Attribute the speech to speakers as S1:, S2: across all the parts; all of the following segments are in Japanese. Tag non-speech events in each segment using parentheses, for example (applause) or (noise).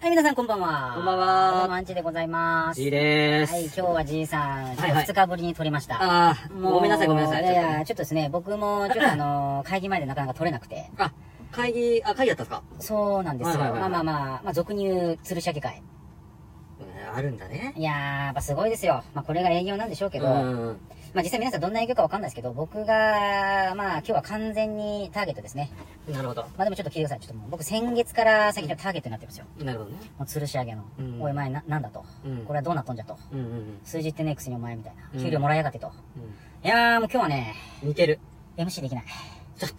S1: 皆さんこんばんは。
S2: こんばんは
S1: どうもアンチでございます。
S2: いいでーす。
S1: はい、今日はじいさん、
S2: はいはい
S1: 2日ぶりに撮りました。
S2: ああ、
S1: もう
S2: ごめんなさい、ごめんなさい。
S1: い
S2: ちょっと
S1: やいや、
S2: ね
S1: ちょっとですね、僕もちょっとあの、会議前でなかなか撮れなくて。
S2: あ、会議、あ、会議だったんですか
S1: そうなんですよ。
S2: はいは
S1: ま
S2: いは
S1: あ
S2: い
S1: まあまあ、まあ俗に言う吊るし上げ会。
S2: うんあるんだね。
S1: いやー、やっぱすごいですよ。まあこれが営業なんでしょうけど、
S2: うん。
S1: まあ実際皆さんどんな営業かわかんないですけど、僕が、まあ今日は完全にターゲットですね。
S2: なるほど。
S1: まあでもちょっと聞いてください。ちょっともう僕先月から先ちょっとターゲットになってますよ。
S2: なるほどね。
S1: もう吊るし上げの。
S2: うん
S1: おい前な、なんだと。
S2: うん
S1: これはどうなっとんじゃと。
S2: うんうん
S1: 数字ってねえくせにお前みたいな。
S2: うん
S1: 給料もらいやがってと。
S2: う
S1: いやーもう今日はね、
S2: ん。似てる。
S1: MC できない。
S2: ちょっと。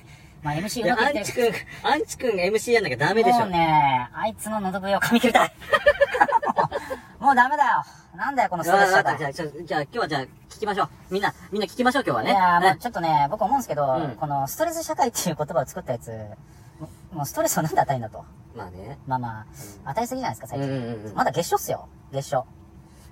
S1: (laughs) まあ MC
S2: い
S1: ま
S2: うや、
S1: くい
S2: ア
S1: って
S2: ン
S1: る
S2: チくん、アンチくんが MC やんなきゃダメでし
S1: も
S2: ょ。
S1: うね、あいつの喉笛を噛み切りたい。 (laughs) もうもうダメだよ。なんだよ、このストレス社
S2: ああ
S1: 会。
S2: じゃあ、じゃあ、じゃあ今日はじゃあ、聞きましょう。みんな、みんな聞きましょう、今日はいね。
S1: やーも
S2: ね
S1: うちょっとね、僕思うんですけど、
S2: うん
S1: このストレス社会っていう言葉を作ったやつ、ももうストレスをなんで与えんだと。
S2: まあね。
S1: まあまあ、与えすぎじゃないですか、最
S2: うんう
S1: 近。
S2: んうん。
S1: まだ月初っすよ、月初。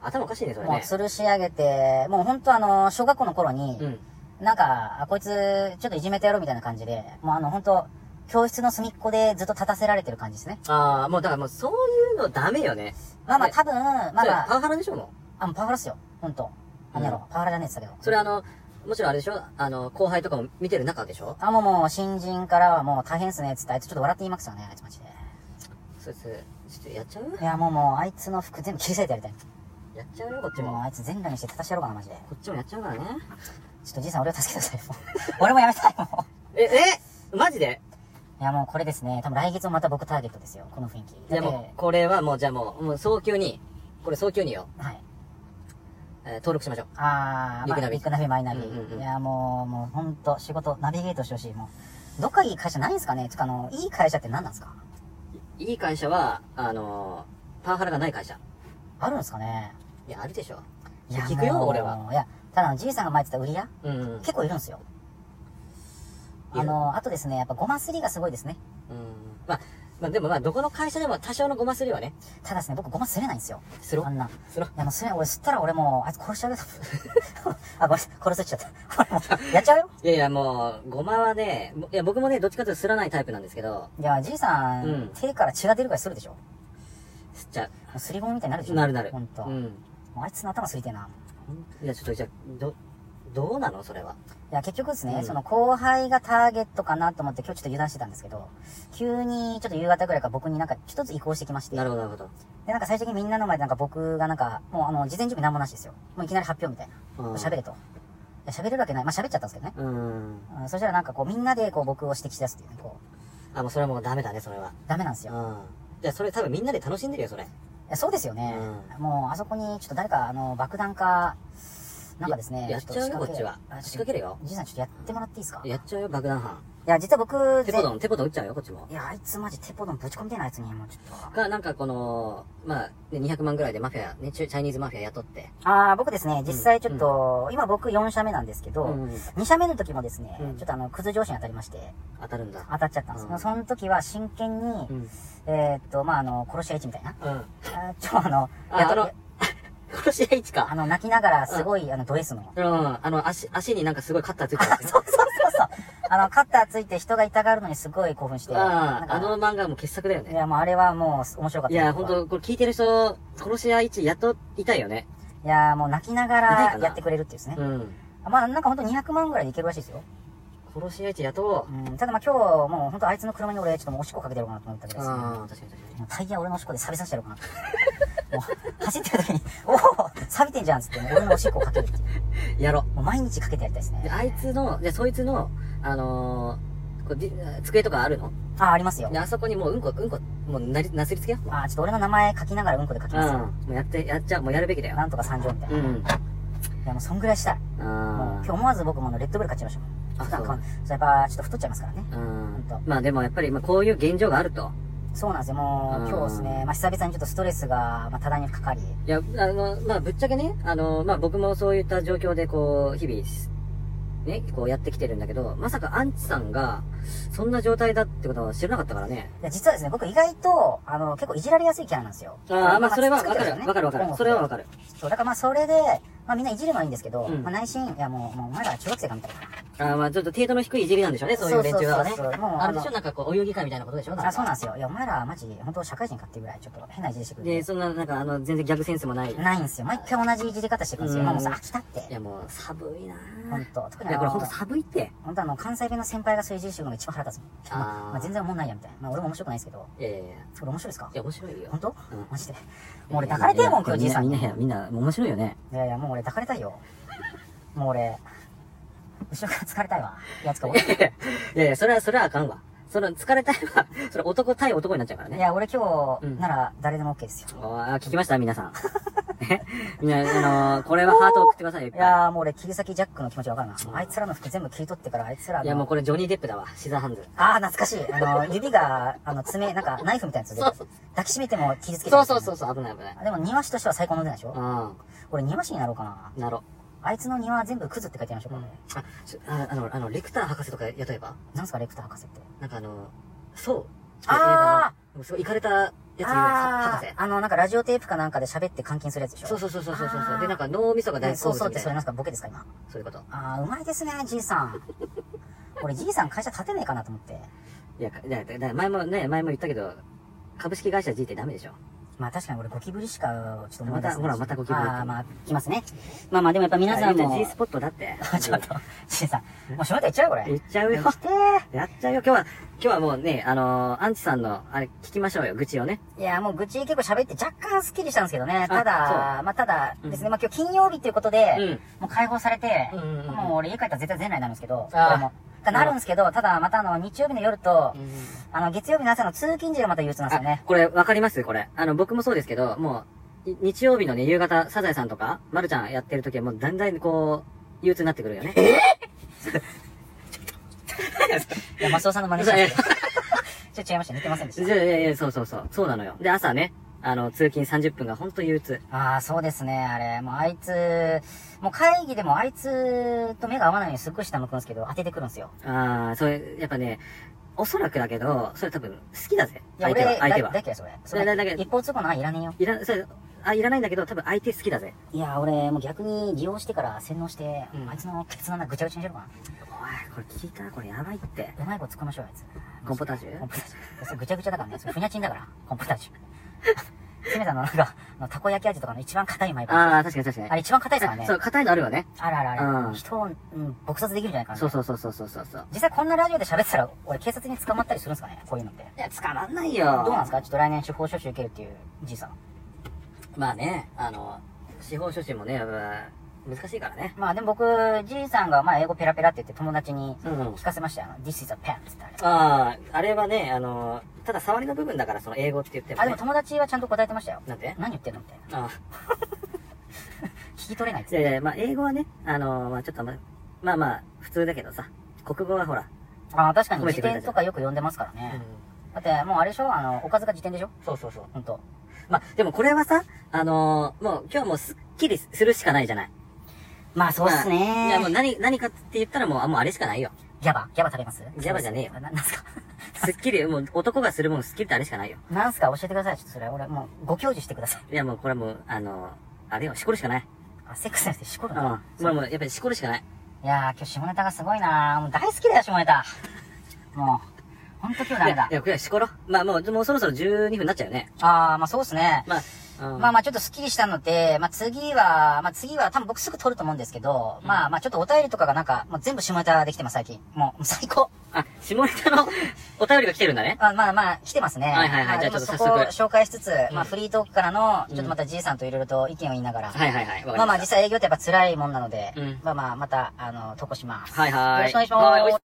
S2: 頭おかしいね、それ
S1: もう
S2: ね。
S1: 吊るし上げて、もうほんとあの、小学校の頃に、
S2: うん。
S1: なんか、あこいつ、ちょっといじめてやろうみたいな感じで、もうあの、ほんと、教室の隅っこでずっと立たせられてる感じですね。
S2: ああ、もうだからもうそういうのダメよね。
S1: まあまあ、
S2: ね
S1: 多分、まあ
S2: それ
S1: ま
S2: パ
S1: あ、
S2: ワハラでしょ、も
S1: あ、もうパワハラっすよ。ほんと。あのやろ、パワハラじゃねえっつったけど
S2: う。。それあの、もちろんあれでしょあの、後輩とかも見てる中でしょ
S1: あ、もうもう、新人からはもう大変っすねっつって、あいつちょっと笑って言いますよね、あいつマジで。
S2: そいつ、ちょっとやっちゃう
S1: いや、もうもう、あいつの服全部切り裂いてやりたい。
S2: やっちゃうよ、こっち
S1: もう、
S2: も。
S1: あいつ全裸にして立たしてやろうかな、マジで。
S2: こっちもやっちゃうからね。
S1: ちょっとじいさん、俺を助けてください、もう (laughs) 俺もやめたい、も
S2: え、えマジで
S1: う。いや、もうこれですね。多分来月もまた僕ターゲットですよ、この雰囲気。
S2: いや
S1: だっ
S2: も
S1: て
S2: う、これはもう、じゃあもう、もう早急に、これ早急によ、
S1: はい。
S2: えー登録しましょう。
S1: あー、ま
S2: ビッグ
S1: あ、
S2: ナビ
S1: ビッグナビ、マイナビ。
S2: うんうんうん
S1: いや、もう、もう、ほんと、仕事、ナビゲートしてほしい。もう、どっかいい会社ないんすかねつか、あの、いい会社って何なんすか
S2: いい会社は、あのーパワハラがない会社。
S1: あるんすかね
S2: いや、あるでしょ。
S1: いや、
S2: 聞くよ
S1: もう
S2: 俺は。
S1: いや、ただ、じいさんが前言ってた売り屋
S2: うんうん。
S1: 結構いるんすよ。
S2: いる
S1: あの、あとですね、やっぱごますりがすごいですね。
S2: うん。まあ、まあ、でもまあ、どこの会社でも多少のごますりはね、
S1: ただですね、僕ごますれないんですよ。
S2: すろ
S1: あんな。い
S2: すろ
S1: や、もうすれ、俺吸ったら俺もう、あいつ殺しちゃうよ。 (laughs) あ、ごめんなさい、殺すちゃった。 (laughs) 俺もう、やっちゃうよ。
S2: いやいや、もう、ごまはね、もいや、僕もね、どっちかというとすらないタイプなんですけど、
S1: いや、じいさん、
S2: うん
S1: 手から血が出るぐらいするでしょ。も
S2: すっちゃ
S1: うすりごみみたいになるでし
S2: う。
S1: ょ。
S2: なるなる。
S1: ほんと。
S2: う
S1: も
S2: ん。
S1: うあいつの頭すりてえな。
S2: いや、ちょっと、じゃあど、どうなのそれは。
S1: いや、結局ですね、
S2: うん
S1: その後輩がターゲットかなと思って今日ちょっと油断してたんですけど、急にちょっと夕方ぐらいから僕になんか一つ移行してきまして、
S2: な
S1: で、
S2: るほど、なるほ
S1: なんか最終的にみんなの前でなんか僕がなんか、もうあの、事前準備なんもなしですよ。もういきなり発表みたい
S2: うん
S1: な。喋れと。いや喋れるわけない。まあ、喋っちゃったんですけどね。
S2: ど。うん。
S1: うん、そしたらなんかこう、みんなでこう僕を指摘し出すっていうね、こう、
S2: あ、もうそれはもうダメだね、それは。
S1: ダメなんです
S2: う
S1: よ。
S2: ん。いや、それ多分みんなで楽しんでるよ、それ。
S1: いやそうですよね。もう、あそこにちょっと誰か、あの、爆弾か、なんかですね、
S2: ややっちゃうよ、
S1: ょ
S2: こ
S1: と
S2: っちは。仕掛けるよ。
S1: じいさんちょっとやってもらっていいですかい
S2: やっちゃうよ、爆弾犯。
S1: や、実は僕、
S2: テポドン、テポドン撃っちゃうよ、こっちも
S1: い。や、あいつマジテポドンぶち込みたいな、あいつに。もうちょっと。
S2: が、なんかこの、まあ、ね200万ぐらいでマフィア、ね、チュチャイニーズマフィア雇って。
S1: ああ、僕ですね、実際ちょっと、今僕4社目なんですけど、
S2: うん
S1: 2社目の時もですね、
S2: うん
S1: ちょっとあの、クズ上司に当たりまして、
S2: 当たるんだ。
S1: 当たっちゃったんです。
S2: うん
S1: その時は真剣に、
S2: うん。
S1: えーっと、まあ、あの、殺し合い地みたいな。
S2: うん。
S1: あーちょ、あの、
S2: あ
S1: やっ
S2: あの殺し合い位置
S1: あ
S2: か。
S1: の、泣きながらすごい、あの、ド S の。
S2: うん。あの、足、足になんかすごいカッターついてるやつね。
S1: (laughs) そうそうそうそう。あの、カッターついて人が痛がるのにすごい興奮して。
S2: ああ、
S1: な
S2: あ
S1: んか
S2: の漫画はもう傑作だよ
S1: い
S2: ね。
S1: や、もうあれはもう面白かった。
S2: いや、ほん
S1: 僕は
S2: と、これ聞いてる人、殺し合い位置雇いたいよね。
S1: いや、もう泣きなが
S2: いないからな
S1: やってくれるっていうですね。
S2: うん。
S1: まあ、なんかほんと200万ぐらいでいけるらしいですよ。
S2: 殺し合い位置雇おう
S1: う。ん、ただまあ今日、もうほんとあいつの車に俺、ちょっともうおしっこかけてやろうかなと思ったけどですね。
S2: ああ、確かに確かに。
S1: もうタイヤ俺のおしっこで錆びさせてやろうかなと。もう走ってる時に、おお錆びてんじゃんっつって、ね、俺のおしっこをかけるっていう。
S2: やろ
S1: もう毎日かけてやりたいです
S2: う。で、
S1: ね。
S2: あいつの、で、そいつの、あのーこうじ机とかあるの
S1: ああ、ありますよ
S2: で、。あそこにもううんこ、うんこ、もうなり、なすりつけよう。
S1: ああ、ちょっと俺の名前書きながらうんこで書き
S2: うん。
S1: ますよ。
S2: もうやって、やっちゃう、もうやるべきだよ。
S1: なんとか参上みたいな。
S2: う
S1: い
S2: ん。
S1: や、もうそんぐらいしたい。も
S2: あ
S1: う今日
S2: あ。
S1: 思わず僕もあのレッドブル買っちゃいましたもん。
S2: あ
S1: 普段買わ
S2: そ
S1: ないそうやっぱちょっと太っちゃいますからね。
S2: うん
S1: ほんと
S2: まあでもやっぱり、まあこういう現状があると。
S1: そうなんですよ。も
S2: う
S1: うん今日ですね、まあ久々にちょっとストレスが、まあ多大にかかり。
S2: いや、あの、まあ、ぶっちゃけね、あの、まあ、僕もそういった状況で、こう、日々、ね、こうやってきてるんだけど、まさかアンチさんが、そんな状態だってことは知らなかったからね。
S1: いや、実はですね、僕意外と、あの、結構いじられやすいキャラなんですよ。
S2: ああ、まあ、それはわ
S1: 作
S2: か
S1: って
S2: る
S1: よね。
S2: わかるわか
S1: 音
S2: る。
S1: 楽
S2: それはわかる。
S1: そう、だからまあそれで、まあみんないじるのはいいんですけど、
S2: うん
S1: まあ内心、いやもう、もうお前ら中学生かみたい
S2: あーまあちょっと程度の低いいじりなんでしょうね、そういう連中はね
S1: そうそうそうそうもう。
S2: あ
S1: あ
S2: れ
S1: の
S2: でしょ、なんかこう、お遊戯会みたいなことでしょ
S1: な。あそうなんですよ。いや、お前らマジ、本当社会人かっていうぐらい、ちょっと変ないじりしてくるん
S2: で、
S1: で。
S2: そんな、なんかあの、全然ギャグセンスもない。い
S1: ないんですよ。毎回同じいじり方してくるんです
S2: う
S1: よ。
S2: ん
S1: まあもうさ、飽きたって。
S2: や、もう、寒いな
S1: 本
S2: ぁ。
S1: 当特
S2: い
S1: にあ
S2: や、これ
S1: の
S2: ほんと、寒いって。
S1: 本当あの、関西弁の先輩がそういういじりしてくるのが一番腹立つもん。
S2: あー
S1: まあ全然思んないや、みたいな。まあ俺も面白くないですけど。
S2: いやいやいや。い
S1: これ面白いですか
S2: や、面白いよ。
S1: 本当
S2: うん
S1: マジで。もう俺抱かれてえもん、今日じいさん
S2: み
S1: に。
S2: ん
S1: い
S2: な、みんな、面白いよね。 (laughs)
S1: やいや、もう俺抱かれたいよ。もう俺、後ろから疲れたいわ。やつか俺。い
S2: いやいや、それは、それはあかんわ。その、疲れたいわ。 (laughs) それ、男対男になっちゃうからね。
S1: や、俺今
S2: うん
S1: 日、なら誰でも OK ですよ。
S2: おー聞きました皆さ
S1: (laughs)
S2: ん。 (laughs) ねみんな、あのーこれはハートを送ってくださいよ。いっ
S1: い
S2: ぱい
S1: やーもう俺、切り裂きジャックの気持ちわかるな。あいつらの服全部切り取ってから、あいつらの。
S2: いや、もうこれジョニー・デップだわ。シザーハンズ。
S1: あー懐かしい。あの、指が、あの、爪、なんかナイフみたいなやつで、
S2: そうそう
S1: 抱きしめても傷つけて
S2: そ
S1: る
S2: うそうそう、そう危ない危ない。
S1: あでも庭師としては最高の腕なんでしょ
S2: う
S1: 俺庭師になろうかな。
S2: ん。なろ。
S1: あいつの庭全部クズって書いてありましょうか、
S2: あ、ちょああの、あの、レクター博士とか雇えば
S1: なんすか、レクター博士って。
S2: なんかあの、そう。
S1: あ
S2: ーすごい、イカれたやついるやつ、
S1: あ
S2: 博士
S1: ー。あの、なんかラジオテープかなんかで喋って監禁するやつでしょ
S2: そうそうそうそうそうそ
S1: あ
S2: う。
S1: ー
S2: で、なんか脳みそが
S1: ね
S2: 大
S1: そ
S2: 好
S1: うそうっ
S2: 物み
S1: て、
S2: た
S1: それな
S2: いな。
S1: んすか、ボケですか、今。
S2: そういうこと。
S1: ああ、うまいですね、じいさん。俺、じいさん会社立てねえかなと思って。
S2: いや、だだだ前もね、前も言ったけど、株式会社 G ってダメでしょ。
S1: まあ確かに俺ゴキブリしかちょっと思い出せないし
S2: またほらまたゴキブリ
S1: ああ、まあ来ますね。まあまあでもやっぱ皆さん
S2: あ
S1: も。
S2: 言うて G スポットだって。
S1: (laughs) ちょっと、じいさん。もう仕事行っちゃうよ、これ。
S2: 言っちゃうよ。
S1: 来てー
S2: やっちゃうよ。今日は、今日はもうね、あのーアンチさんの、あれ、聞きましょうよ、愚痴をね。
S1: いや、もう愚痴結構喋って若干スッキリしたんですけどね。た
S2: そ
S1: だ、まあただ、
S2: うん
S1: ですね、まあ今日金曜日ということで、もう解放されて、
S2: うんうんうん
S1: もう俺家帰ったら絶対全裸になるんですけど、
S2: あー
S1: これも。ただなるんですけど、ただまたあの、日曜日の夜と、
S2: うん。
S1: あの、月曜日の朝の通勤時がまた憂鬱なんですよね
S2: あ。これ、わかりますこれ。あの、僕もそうですけど、もう、い日曜日のね、夕方、サザエさんとか、まるちゃんやってる時はもう、だんだんこう、憂鬱になってくるよね。え
S1: いや、マスオさんの真似しちゃって。 (laughs) ちょっと違いました。似てませんで
S2: い
S1: した。
S2: やいやいや、そうそうそう。そうなのよ。で、朝ね、あの、通勤30分がほんと憂鬱。
S1: ああ、そうですね、あれ。もうあいつ、もう会議でもあいつと目が合わないようにすっごい下向くんですけど、当ててくるんですよ。
S2: ああ、それ、やっぱね、おそらくだけど、それ多分、好きだぜ。
S1: いや、
S2: 相手は、
S1: 俺、
S2: 相手
S1: だだ
S2: は。
S1: けそれ。そ
S2: だだだ
S1: れ
S2: け
S1: 一方通行の愛いらねえよ。
S2: いら、それ、あ、いらないんだけど、多分相手好きだぜ。
S1: いや、俺、もう逆に利用してから洗脳して、
S2: うん
S1: あいつのケツの穴ぐちゃぐちゃにしようか
S2: おい、これ聞いたこれやばいって。
S1: な。うまいこと突っ込みましょうよ、あいつ。
S2: コンポタージュ
S1: コンポタージュ。それぐちゃぐちゃだからね。それふにゃちんだから、コンポター (laughs) ジュ。せめてあの、なんか、あのたこ焼き味とかの一番硬いマイバ
S2: ああ、確かに確かに。
S1: あれ一番硬いですからね
S2: そ。う、硬いのあるわね。
S1: あらあらあ
S2: うん
S1: れ。人を、うん、撲殺できるんじゃないかな。
S2: そうそうそうそうそうそう。
S1: 実際こんなラジオで喋ってたら、俺警察に捕まったりするんですかねこういうのって。
S2: いや、捕まんないよ。
S1: どうなんですかちょっと来年司法書士受けるっていうじいさん。
S2: まあね、あの、司法書士もね、やっぱ難しいからね。
S1: まあでも僕、じいさんがまあ英語ペラペラって言って友達に
S2: うん
S1: 聞かせましたよ。あの This is a pen って言ってあれ。
S2: ああ、あれはね、あの、ただ触りの部分だから、その英語って言っても、
S1: あ、で
S2: ね
S1: も。友達はちゃんと答えてましたよ。
S2: なんて
S1: 何言ってんのみたいな。
S2: あ
S1: 聞き取れないっ
S2: あ、い
S1: つって。
S2: やいや、まあ英語はね、あの、まあちょっとま、まあまあ、普通だけどさ、国語はほら、
S1: ああ、確か
S2: 褒
S1: に
S2: め
S1: 辞
S2: てくれた
S1: 典
S2: じゃ
S1: と
S2: ん
S1: かよく読んでますからね。だって、もうあれでしょあの、おかずが辞典でしょ
S2: そうそうそう。
S1: ほんと。
S2: まあ、でもこれはさ、あのもう今日もうすっきりするしかないじゃない。
S1: まあそうっす
S2: まあい
S1: ね
S2: や、もう何、何かって言ったらもう、あもうあれしかないよ。
S1: ギャバギャバ食べます
S2: ギャバじゃねえよ
S1: な、なんすか
S2: すっきり、もう男がするもんすっきりってあれしかないよ。
S1: なんすか教えてください。ちょっとそれ、俺もう、ご教授してください。
S2: いやもうこれはもう、あのあれよ、しこるしかない。
S1: あ、セックスのやつでしこ
S2: う
S1: る
S2: ん。
S1: の
S2: これはもうやっぱりしこるしかない。
S1: いやー、今日下ネタがすごいなー。もう大好きだよ、下ネタ。もう、ほんと今日ダメだ
S2: い。や、これはしころ。まあもう、もうそろそろ12分になっちゃうよね。
S1: あー、まあそうっすね。
S2: まあ、うん
S1: まあまあちょっとスッキリしたので、まあ次は、まあ次は多分僕すぐ撮ると思うんですけど、まあまあちょっとお便りとかがなんか、もう全部下ネタできてます最近。もう最高。 (laughs)
S2: あ、下ネタの (laughs) お便りが来てるんだね。
S1: まあまあまあ来てますね。
S2: はいはいはいじゃ
S1: で
S2: あ
S1: も
S2: ちょっと
S1: そこを
S2: 早
S1: 紹介しつつ、ま
S2: うん
S1: あフリートークからの、
S2: うん
S1: ちょっとまたじいさんといろいろと意見を言いながら。
S2: はいはいはい。わかりました。
S1: まあまあ実際営業ってやっぱ辛いもんなので、
S2: うん
S1: まあまあまた、あの、投稿します。
S2: はいはい。
S1: よろしくお願いします
S2: は